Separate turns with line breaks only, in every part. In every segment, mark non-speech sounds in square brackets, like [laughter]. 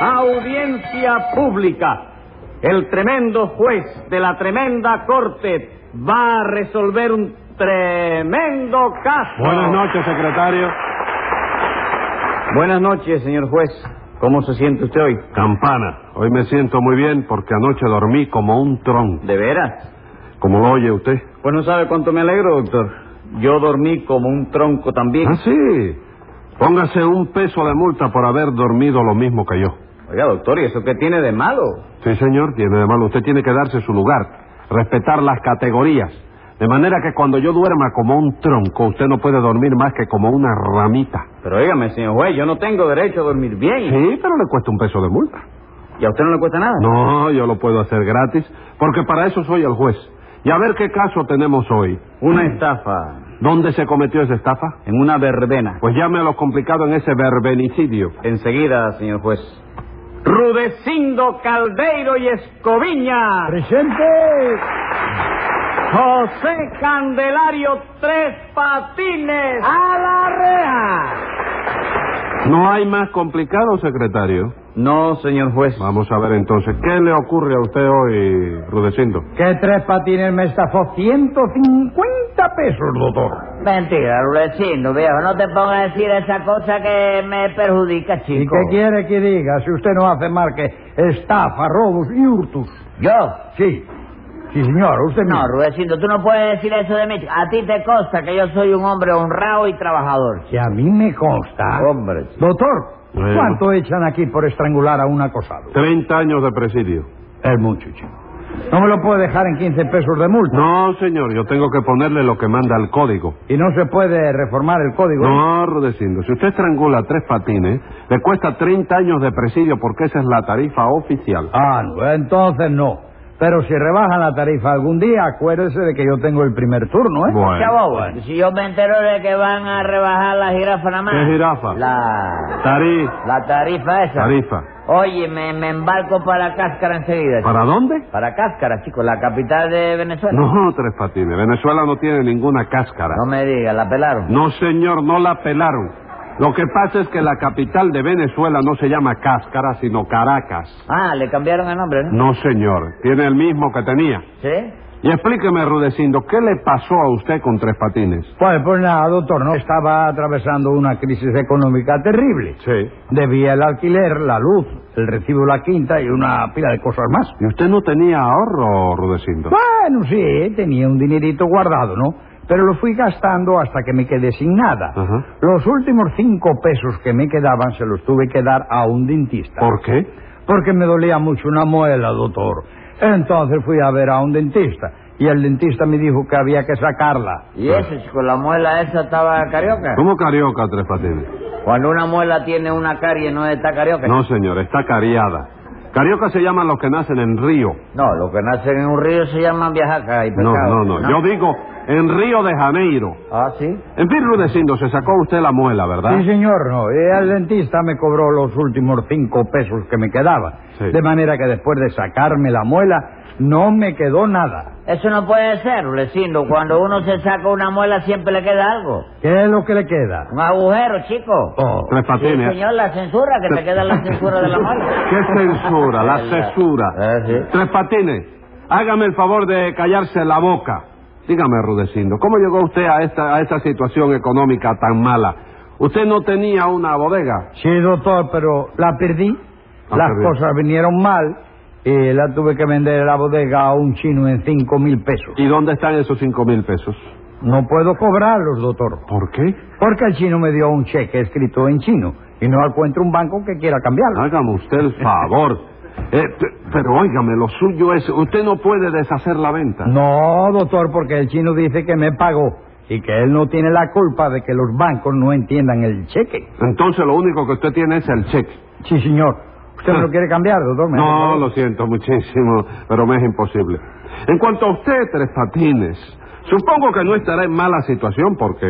Audiencia pública. El tremendo juez de la tremenda corte va a resolver un tremendo caso.
Buenas noches, secretario.
Buenas noches, señor juez. ¿Cómo se siente usted hoy?
Campana, hoy me siento muy bien porque anoche dormí como un tronco.
¿De veras?
¿Cómo lo oye usted?
Pues no sabe cuánto me alegro, doctor. Yo dormí como un tronco también.
Ah, sí. Póngase un peso de multa por haber dormido lo mismo que yo.
Oiga, doctor, ¿y eso qué tiene de malo?
Sí, señor, tiene de malo. Usted tiene que darse su lugar, respetar las categorías. De manera que cuando yo duerma como un tronco, usted no puede dormir más que como una ramita.
Pero óigame, señor juez, yo no tengo derecho a dormir bien.
Sí, pero le cuesta un peso de multa.
¿Y a usted no le cuesta nada?
No, yo lo puedo hacer gratis, porque para eso soy el juez. Y a ver qué caso tenemos hoy.
Una estafa
¿Dónde se cometió esa estafa?
en una verbena.
Pues llame a lo complicado en ese verbenicidio.
Enseguida, señor juez. Rudecindo Caldeiro y Escoviña.
Presente.
José Candelario Tres Patines.
A la reja.
¿No hay más complicado, secretario?
No, señor juez.
Vamos a ver entonces, ¿qué le ocurre a usted hoy, Rudecindo?
Que tres patines me estafó 150 pesos, doctor.
Mentira, Rudecindo, viejo. No te pongas a decir esa cosa que me perjudica,
¿Y
chico.
qué quiere que diga si usted no hace más que estafa, robos y hurtos?
¿Yo?
Sí. Sí, señor, usted mismo.
No, Rudecindo, tú no puedes decir eso de mí. A ti te consta que yo soy un hombre honrado y trabajador.
Que a mí me consta.
Hombre.
Doctor,
Bueno.
¿cuánto echan aquí por estrangular a un acosado?
Treinta años de presidio.
Es mucho, chico. No me lo puede dejar en 15 pesos de multa.
No, señor, yo tengo que ponerle lo que manda el código.
Y no se puede reformar el código.
No, Rudecindo, si usted estrangula tres patines, le cuesta 30 años de presidio porque esa es la tarifa oficial.
Ah, no, entonces no. Pero si rebajan la tarifa algún día, acuérdese de que yo tengo el primer turno, ¿eh?
Oh, Bueno.
Chavo, si yo me entero de que van a rebajar la jirafa nada más.
¿Qué jirafa?
La,
Tari-
la tarifa esa.
Tarifa.
Oye, me, me embarco para Cáscara enseguida. chico.
¿Para dónde?
Para Cáscara, chico, la capital de Venezuela.
No, tres patines. Venezuela no tiene ninguna cáscara.
No me digas, la pelaron.
No, señor, no la pelaron. Lo que pasa es que la capital de Venezuela no se llama Cáscara, sino Caracas.
Ah, le cambiaron el nombre, ¿no?
No, señor, tiene el mismo que tenía.
¿Sí?
Y explíqueme, Rudecindo, ¿qué le pasó a usted con Tres Patines?
Pues, pues nada, doctor, no estaba atravesando una crisis económica terrible.
Sí.
Debía el alquiler, la luz, el recibo de la quinta y una pila de cosas más.
¿Y usted no tenía ahorro, Rudecindo?
Bueno, sí, tenía un dinerito guardado, ¿no? Pero lo fui gastando hasta que me quedé sin nada.
Ajá.
Los últimos cinco pesos que me quedaban se los tuve que dar a un dentista.
¿Por qué?
Porque me dolía mucho una muela, doctor. Entonces fui a ver a un dentista. Y el dentista me dijo que había que sacarla.
¿Y eso, chico? ¿La muela esa estaba carioca?
¿Cómo carioca, Tres Patines?
Cuando una muela tiene una carie, no está carioca.
No, señor, está cariada. Carioca se llaman los que nacen en río.
No, los que nacen en un río se llaman viajacas y
No,
pescados.
no, no. Yo digo, en Río de Janeiro.
Ah, sí.
En fin, Rudecindo, se sacó usted la muela, ¿verdad?
Sí, señor, no. Y El dentista me cobró los últimos cinco pesos que me quedaban.
Sí.
De manera que después de sacarme la muela, no me quedó nada.
Eso no puede ser, Rudecindo. Cuando uno se saca una muela siempre le queda algo.
¿Qué es lo que le queda?
Un agujero, chico.
Oh,
Tres
Sí,
Patines.
señor, la censura,
[laughs]
que te queda la censura de la muela.
¿Qué censura?
[laughs]
La censura.
Eh,
Ah, sí.
Tres patines, hágame el favor de callarse la boca. Dígame, Rudecindo, ¿cómo llegó usted a esta, a esta situación económica tan mala? ¿Usted no tenía una bodega?
Sí, doctor, pero la Ah, perdí.
La
Las
perdió.
cosas vinieron mal y la tuve que vender en la bodega a un chino en cinco mil pesos.
¿Y dónde están esos cinco mil pesos?
No puedo cobrarlos, doctor.
¿Por qué?
Porque el chino me dio un cheque escrito en chino y no encuentro un banco que quiera cambiarlo.
Hágame usted el favor. Eh, pe- pero óigame, lo suyo es, usted no puede deshacer la venta.
No, doctor, porque el chino dice que me pagó y que él no tiene la culpa de que los bancos no entiendan el cheque.
Entonces lo único que usted tiene es el cheque.
Sí, señor. ¿Usted me lo quiere cambiar, doctor? ¿Me hace
Ah. No,
favor?
lo siento muchísimo, pero me es imposible. En cuanto a usted, Tres Patines, supongo que no estará en mala situación porque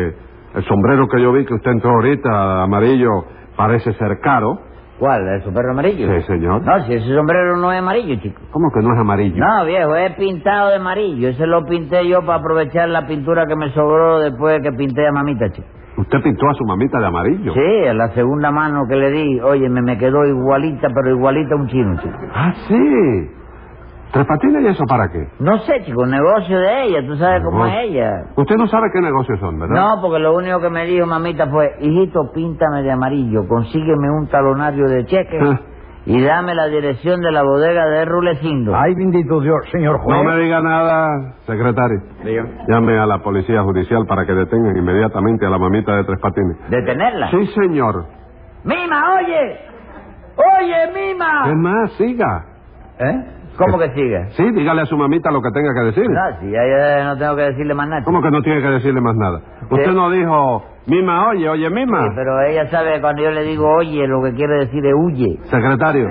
el sombrero que yo vi que usted entró ahorita, amarillo, parece ser caro.
¿Cuál? ¿El sombrero amarillo?
Sí, señor.
No, si ese sombrero no es amarillo, chico.
¿Cómo que no es amarillo?
No, viejo, es pintado de amarillo. Ese lo pinté yo para aprovechar la pintura que me sobró después de que pinté a mamita, chico.
Usted pintó a su mamita de amarillo.
Sí, a la segunda mano que le di, oye, me, me quedó igualita, pero igualita a un chino, chico.
Ah, sí. ¿Tres patines y eso para qué?
No sé, chico, negocio de ella, tú sabes cómo
No.
es ella.
Usted no sabe qué negocios son, ¿verdad?
No, porque lo único que me dijo mamita fue, hijito, píntame de amarillo, consígueme un talonario de cheque
Ah.
y dame la dirección de la bodega de Rulecindo.
Ay, bendito Dios, señor juez.
pues.
No me diga nada, secretario.
Dígame.
Llame a la policía judicial para que detengan inmediatamente a la mamita de Tres Patines.
¿Detenerla?
Sí, señor.
¡Mima, oye! ¡Oye, Mima!
Es más, siga.
¿Eh?
¿Cómo que sigue?
Sí, dígale a su mamita lo que tenga que decir.
No, si ya, ya no tengo que decirle más nada.
¿Cómo que no tiene que decirle más nada? Usted no dijo, Mima, oye, oye, Mima.
Sí, pero ella sabe que cuando yo le digo oye, lo que quiere decir es huye.
Secretario,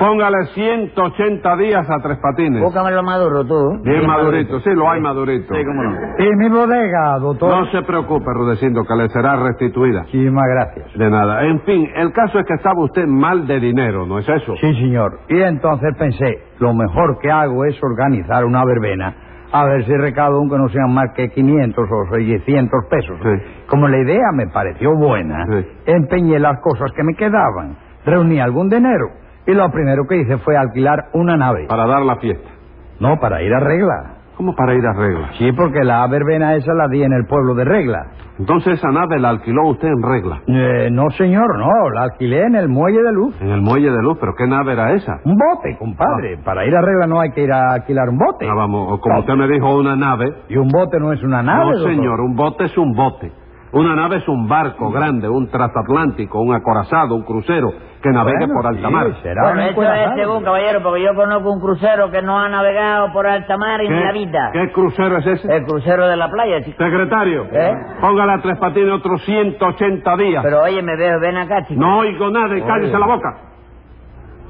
póngale 180 días a Tres Patines.
Búscamelo maduro tú.
Bien madurito, sí, lo hay madurito.
Sí, cómo no.
¿Y mi bodega, doctor?
No se preocupe, Rudecindo, que le será restituida.
Muchísimas gracias.
De nada. En fin, el caso es que estaba usted mal de dinero, ¿no es eso?
Sí, señor. Y entonces pensé, lo mejor que hago es organizar una verbena, a ver si recaudo un que no sean más que 500 o 600 pesos.
Sí.
Como la idea me pareció buena,
Sí.
empeñé las cosas que me quedaban, reuní algún dinero y lo primero que hice fue alquilar una nave.
Para dar la fiesta.
No, para ir a Regla.
¿Cómo para ir a regla?
Sí, porque la verbena esa la di en el pueblo de Regla.
Entonces esa nave la alquiló usted en regla.
Eh, no, señor, no, la alquilé en el muelle de luz.
En el muelle de luz, pero ¿qué nave era esa?
Un bote, compadre. Para ir a regla no hay que ir a alquilar un bote.
Ah, vamos, o como usted me dijo, una nave.
Y un bote no es una nave.
no,
doctor. Mm.
señor, un bote es un bote. Una nave es un barco grande, un transatlántico, un acorazado, un crucero, que navegue
Bueno,
por alta
sí,
mar.
será
Bueno,
un
eso es
cuidado.
según, este, caballero, porque yo conozco un crucero que no ha navegado por alta mar en la vida.
qué crucero es ese?
Eh.
El crucero de la playa, chico.
Secretario,
¿Eh?
póngale a Tres Patines otros 180 días.
Pero oye, me veo, ven acá, chico.
No oigo nada y cállese la boca.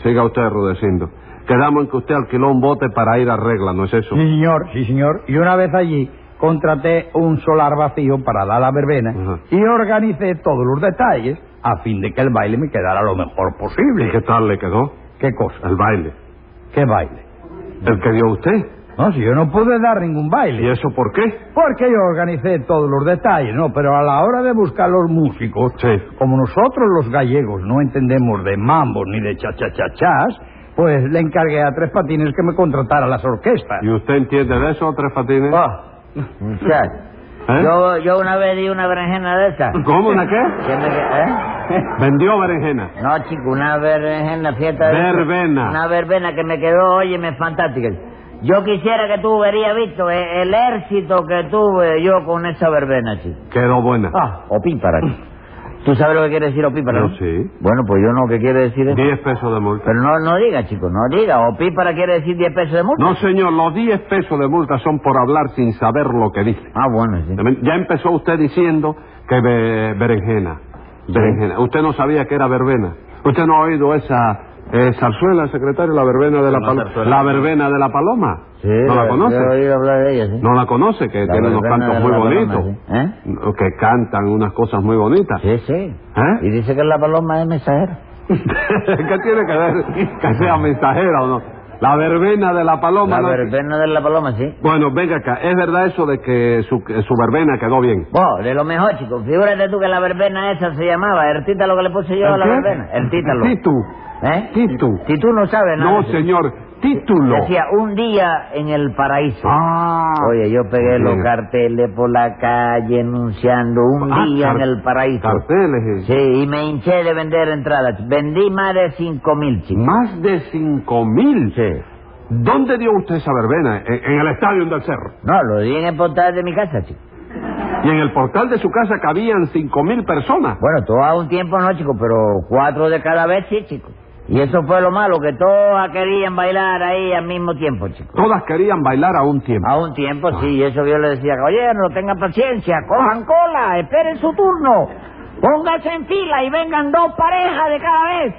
Siga usted, Rudecindo. Quedamos en que usted alquiló un bote para ir a regla, ¿no es eso?
Sí, señor, sí, señor. Y una vez allí contraté un solar vacío para dar la verbena
Ajá.
y organicé todos los detalles a fin de que el baile me quedara lo mejor
¿Y
posible.
qué tal le quedó?
¿Qué cosa?
El baile.
¿Qué baile?
El que dio usted.
No, si yo no pude dar ningún baile.
¿Y eso por qué?
Porque yo organicé todos los detalles, ¿no? Pero a la hora de buscar los músicos,
Sí.
como nosotros los gallegos no entendemos de mambos ni de chachachachás, pues le encargué a Tres Patines que me contratara las orquestas.
¿Y usted entiende de eso, Tres Patines?
Ah, muchacho.
¿Eh?
Yo, yo una vez di una berenjena de esa.
¿Cómo, una qué?
Que me que- ¿eh? [laughs]
Vendió berenjena.
No, chico, una berenjena, fiesta de...
Verbena.
Una verbena que me quedó, óyeme, fantástica. Yo quisiera que tú hubieras visto e- el éxito que tuve yo con esa verbena, chico.
Quedó buena.
Ah, opípara. chico. [clears throat] ¿Tú sabes lo que quiere decir opípara?
Yo
no?
sí.
Bueno, pues yo no, ¿qué quiere decir eso?
Diez pesos de multa.
Pero no, no diga, chico, no diga. Opípara quiere decir 10 pesos de multa.
No, señor, los diez pesos de multa son por hablar sin saber lo que dice.
Ah, bueno, sí.
Ya empezó usted diciendo que be- berenjena. Berenjena. Usted no sabía que era verbena. Usted no ha oído esa eh, zarzuela, secretario, la verbena de la
Una
paloma.
zarzuela.
La verbena de la paloma.
Sí,
¿No la conoce?
He oído hablar de ella, sí.
No la conoce, que
La
tiene unos
verbena
cantos
de
muy
la paloma,
bonitos.
sí. ¿Eh?
Que cantan unas cosas muy bonitas.
Sí, sí.
¿Eh?
Y dice que la paloma es mensajera.
[laughs] ¿Qué tiene que ver que sea mensajera o no? La verbena de la paloma.
La
¿no?
verbena de la paloma, sí.
Bueno, venga acá. ¿Es verdad eso de que su, que su verbena quedó bien?
Vos, de lo mejor, chico. Figúrate tú que la verbena esa se llamaba el títalo que le puse yo a la
¿El qué?
verbena. El títalo.
Titu.
¿Eh?
Titu.
Si tú no sabes nada.
No,
chico.
señor. Título.
Decía, un día en el paraíso.
Ah.
Oye, yo pegué
Sí.
los carteles por la calle enunciando un
Ah,
día en
car-
el paraíso.
Carteles. eh.
Sí, y me hinché de vender entradas. Vendí más de cinco mil, chico.
Más de cinco mil.
Sí.
¿Dónde dio usted esa verbena? En, en el estadio del Cerro.
No, lo di en el portal de mi casa, chico.
Y en el portal de su casa cabían cinco mil personas.
Bueno, todo a un tiempo no, chico, pero cuatro de cada vez sí, chico. Y eso fue lo malo, que todas querían bailar ahí al mismo tiempo, chico.
Todas querían bailar a un tiempo.
A un tiempo sí, y eso yo le decía, oye, no tengan paciencia, cojan cola, esperen su turno, pónganse en fila y vengan dos parejas de cada vez.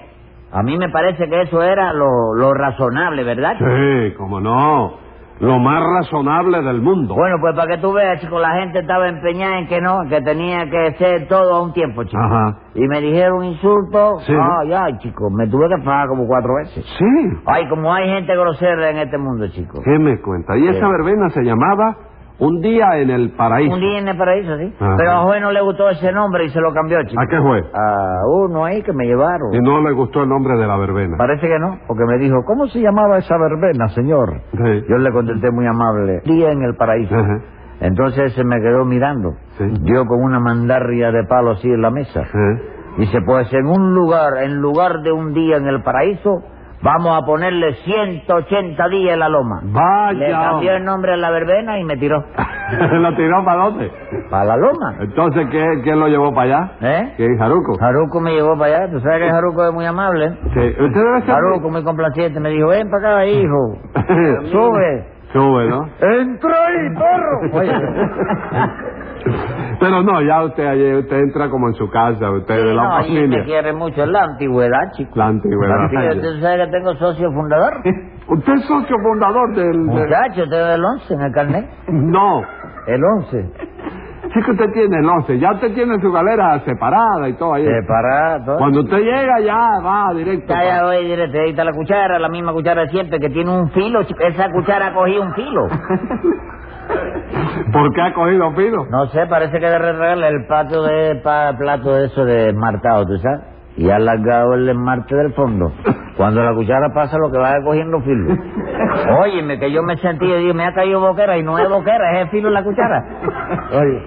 A mí me parece que eso era lo, lo razonable, ¿verdad? chico?
Sí, cómo no. Lo más razonable del mundo.
Bueno, pues para que tú veas, chico, la gente estaba empeñada en que no, que tenía que ser todo a un tiempo, chico.
Ajá.
Y me dijeron insultos.
Ah. Sí, ¿no?
Ay, ay, chico, me tuve que pagar como cuatro veces.
Sí.
Ay, como hay gente grosera en este mundo, chico.
¿Qué me cuenta? Y esa verbena se llamaba Un día en el paraíso.
Un día en el paraíso, sí.
Ajá.
Pero a Juez no le gustó ese nombre y se lo cambió, chico.
¿A qué juez?
A Ah, uno ahí que me llevaron.
Y no le gustó el nombre de la verbena.
Parece que no, porque me dijo, ¿cómo se llamaba esa verbena, señor?
Sí.
Yo le contesté muy amable, día en el paraíso.
Ajá.
Entonces se me quedó mirando.
Sí.
Yo con una mandarria de palo así en la mesa.
¿Eh?
Dice, pues en un lugar, en lugar de un día en el paraíso, vamos a ponerle 180 días en la loma. Le
Vaya.
cambió el nombre a la verbena y me tiró.
[laughs] ¿Lo tiró para dónde?
¿Para la loma?
Entonces, ¿qué- ¿quién lo llevó para allá?
¿Eh?
¿Quién, Jaruco?
Haruko me llevó para allá. Tú sabes que Haruko es muy amable. ¿eh?
Sí. Usted debe ser... [laughs]
Haruko muy complaciente. Me dijo, ven para acá, hijo. Sube.
Sube, ¿no?
Entra ahí, perro.
Pero no, ya usted allí, usted entra como en su casa, usted de la
no, allí me
familia.
quiere mucho. Es la antigüedad, chico.
La antigüedad.
Sí, ¿Tú sabes que tengo socio fundador?
Usted es socio fundador del... del-
Muchacho, tengo el 11 en el carnet.
No,
El 11.
sí que usted tiene el 11, ya usted tiene su galera separada y todo ahí.
Separado.
Cuando usted llega ya va directo.
Ya, ya voy directo, ahí está la cuchara, la misma cuchara de siempre, que tiene un filo, chico. Esa cuchara ha cogido un filo.
¿Por qué ha cogido filo?
No sé, parece que de regalarle el plato de pa- plato de eso de marcado, ¿tú sabes? Y ha alargado el enmarte del fondo. Cuando la cuchara pasa, lo que va es cogiendo filo. Óyeme, que yo me sentí y digo, me ha caído boquera, y no es boquera, es el filo en la cuchara. Oye,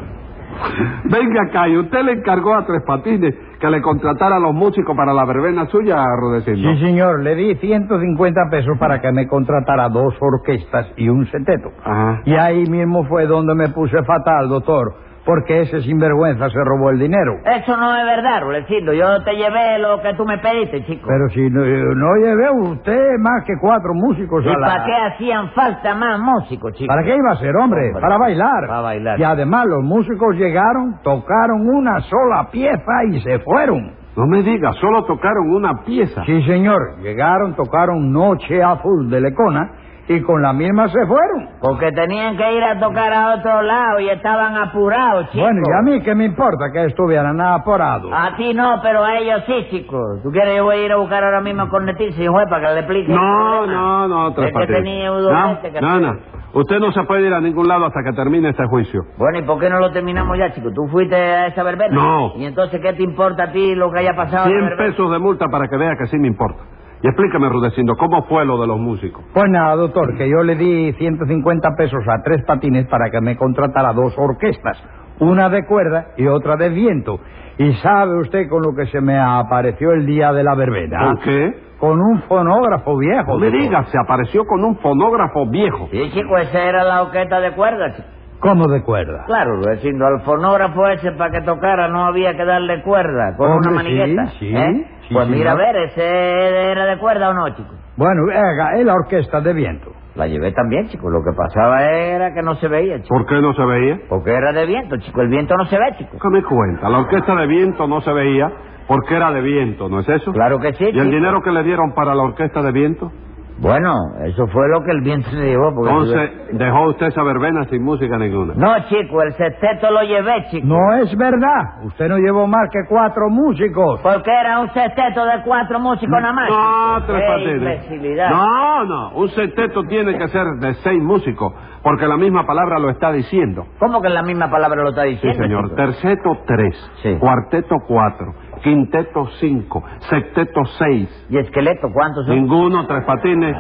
Venga acá, y usted le encargó a Tres Patines que le contratara a los músicos para la verbena suya, Rudecindo.
Sí, señor, le di 150 pesos para que me contratara dos orquestas y un seteto.
Ajá.
Y ahí mismo fue donde me puse fatal, doctor, porque ese sinvergüenza se robó el dinero.
eso no es verdad, Rulecito. Yo te llevé lo que tú me pediste, chico.
Pero si no, eh, no llevé usted más que cuatro músicos a
¿Y
la...
para qué hacían falta más músicos, chico?
¿Para qué iba a ser, hombre?
Hombre,
para bailar.
para bailar.
Y además los músicos llegaron, tocaron una sola pieza y se fueron.
No me diga, solo tocaron una pieza.
Sí, señor. Llegaron, tocaron Noche Azul de Lecona y con la misma se fueron.
Porque tenían que ir a tocar a otro lado y estaban apurados, chicos.
Bueno, y a mí qué me importa que estuvieran aporados.
Ah.
A ti no, pero a ellos sí, chicos. ¿Tú quieres? Yo voy a ir a buscar ahora mismo a Cornetiza y juez para que le explique.
No, no, no, Tres
Es Ah. que
Patines.
tenía un doblete que-
no, no, no. Usted no se puede ir a ningún lado hasta que termine este juicio.
Bueno, ¿y por qué no lo terminamos ya, chicos? ¿Tú fuiste a esa verbena?
No.
¿Y entonces qué te importa a ti lo que haya pasado? en la
100
verbena?
pesos de multa para que vea que sí me importa. Y explícame, Rudecindo, ¿cómo fue lo de los músicos?
Pues nada, doctor, que yo le di 150 pesos a tres patines para que me contratara dos orquestas, una de cuerda y otra de viento. Y sabe usted con lo que se me apareció el día de la verbena.
¿Con qué?
Con un fonógrafo viejo.
No me
doctor.
diga, se apareció con un fonógrafo viejo.
Sí, chicos, esa era la orquesta de cuerdas. chico.
¿Cómo de cuerda?
Claro, diciendo al fonógrafo ese para que tocara no había que darle cuerda con
Hombre,
una manigueta.
sí, sí,
¿eh?
sí,
pues
señor.
mira, a ver, ¿ese era de cuerda o no, chicos?
Bueno, haga, es la orquesta de viento.
La llevé también, chicos. Lo que pasaba era que no se veía, chico.
¿Por qué no se veía?
Porque era de viento, chico. El viento no se ve, chico.
¿Qué me cuenta? La orquesta de viento no se veía porque era de viento, ¿no es eso?
Claro que sí,
¿Y el
chico.
dinero que le dieron para la orquesta de viento?
Bueno, eso fue lo que el viento se llevó. Porque
Entonces, dejó usted esa verbena sin música ninguna.
No, chico, el sexteto lo llevé, chico.
No es verdad. Usted no llevó más que cuatro músicos.
Porque era un sexteto de cuatro músicos nada más.
No,
chico.
Tres
Qué
Patines.
imbecilidad.
No, no. Un sexteto tiene que ser de seis músicos, porque la misma palabra lo está diciendo.
¿Cómo que en la misma palabra lo está
Sí,
diciendo?
señor.
chico?
Terceto, tres.
Sí.
Cuarteto, cuatro. Quinteto, cinco. Sexteto, seis.
¿Y esqueleto cuántos son?
Ninguno, Tres Patines,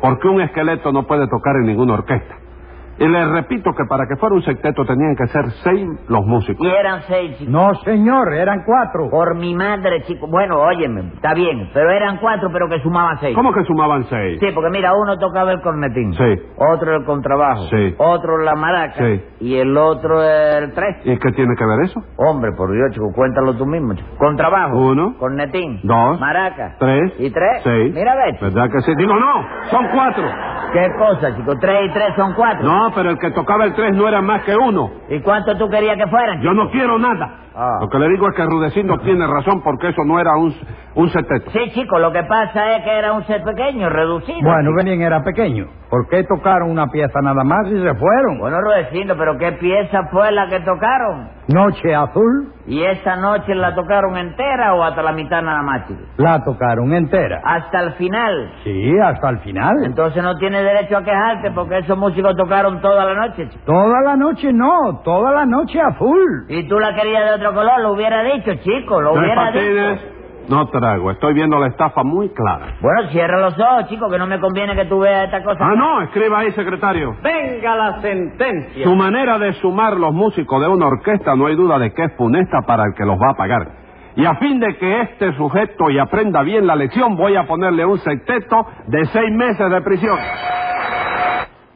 porque un esqueleto no puede tocar en ninguna orquesta. Y les repito que para que fuera un sexteto tenían que ser seis los músicos.
Y eran seis, chicos.
No, señor, eran cuatro.
Por mi madre, chico. Bueno, óyeme, está bien. Pero eran cuatro, pero que sumaban seis.
¿Cómo que sumaban seis?
Sí, porque mira, uno tocaba el cornetín,
Sí.
otro el contrabajo,
Sí.
otro la maraca
Sí.
y el otro el tres.
¿Y qué tiene que ver eso?
Hombre, por Dios, chico, cuéntalo tú mismo. chico. Contrabajo,
Uno.
cornetín,
Dos.
maraca,
Tres.
y tres.
Seis.
Mira, ves,
¿Verdad que sí? Digo, no, son cuatro.
qué cosa, chico, tres y tres son cuatro.
No, pero el que tocaba el tres no era más que uno.
¿Y cuánto tú querías que fueran?
Yo no quiero nada.
Ah.
Lo que le digo es que
[laughs]
Rudecindo tiene razón porque eso no era un, un sexteto.
Sí, chico, lo que pasa es que era un ser pequeño, reducido.
Bueno, Benin era pequeño. ¿Por qué tocaron una pieza nada más y se fueron?
bueno, reducido, pero ¿qué pieza fue la que tocaron?
Noche Azul
¿Y esa noche la tocaron entera o hasta la mitad nada más, chico?
La tocaron entera.
Hasta el final.
Sí, hasta el final.
Entonces no tienes derecho a quejarte porque esos músicos tocaron toda la noche, chico.
Toda la noche no, toda la noche a full.
Y tú la querías de otro color, lo hubiera dicho, chico, lo
Tres
hubiera
Patines,
dicho.
no trago. Estoy viendo la estafa muy clara.
Bueno, cierra los ojos, chico, que no me conviene que tú veas esta cosa.
Ah, no, escriba ahí, secretario.
Venga la sentencia.
Su manera de sumar los músicos de una orquesta no hay duda de que es funesta para el que los va a pagar. Y a fin de que este sujeto y aprenda bien la lección, voy a ponerle un sexteto de seis meses de prisión.